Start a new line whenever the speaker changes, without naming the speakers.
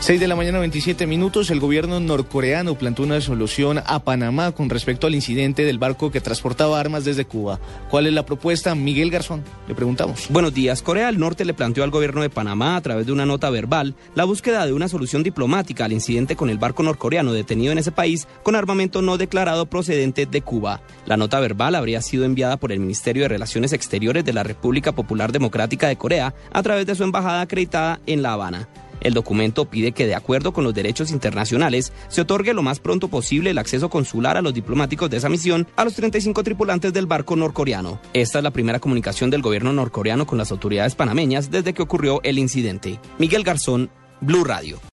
6 de la mañana, 27 minutos. El gobierno norcoreano planteó una solución a Panamá con respecto al incidente del barco que transportaba armas desde Cuba. ¿Cuál es la propuesta? Miguel Garzón, le preguntamos.
Buenos días. Corea del Norte le planteó al gobierno de Panamá, a través de una nota verbal, la búsqueda de una solución diplomática al incidente con el barco norcoreano detenido en ese país con armamento no declarado procedente de Cuba. La nota verbal habría sido enviada por el Ministerio de Relaciones Exteriores de la República Popular Democrática de Corea a través de su embajada acreditada en La Habana. El documento pide que, de acuerdo con los derechos internacionales, se otorgue lo más pronto posible el acceso consular a los diplomáticos de esa misión a los 35 tripulantes del barco norcoreano. Esta es la primera comunicación del gobierno norcoreano con las autoridades panameñas desde que ocurrió el incidente. Miguel Garzón, Blue Radio.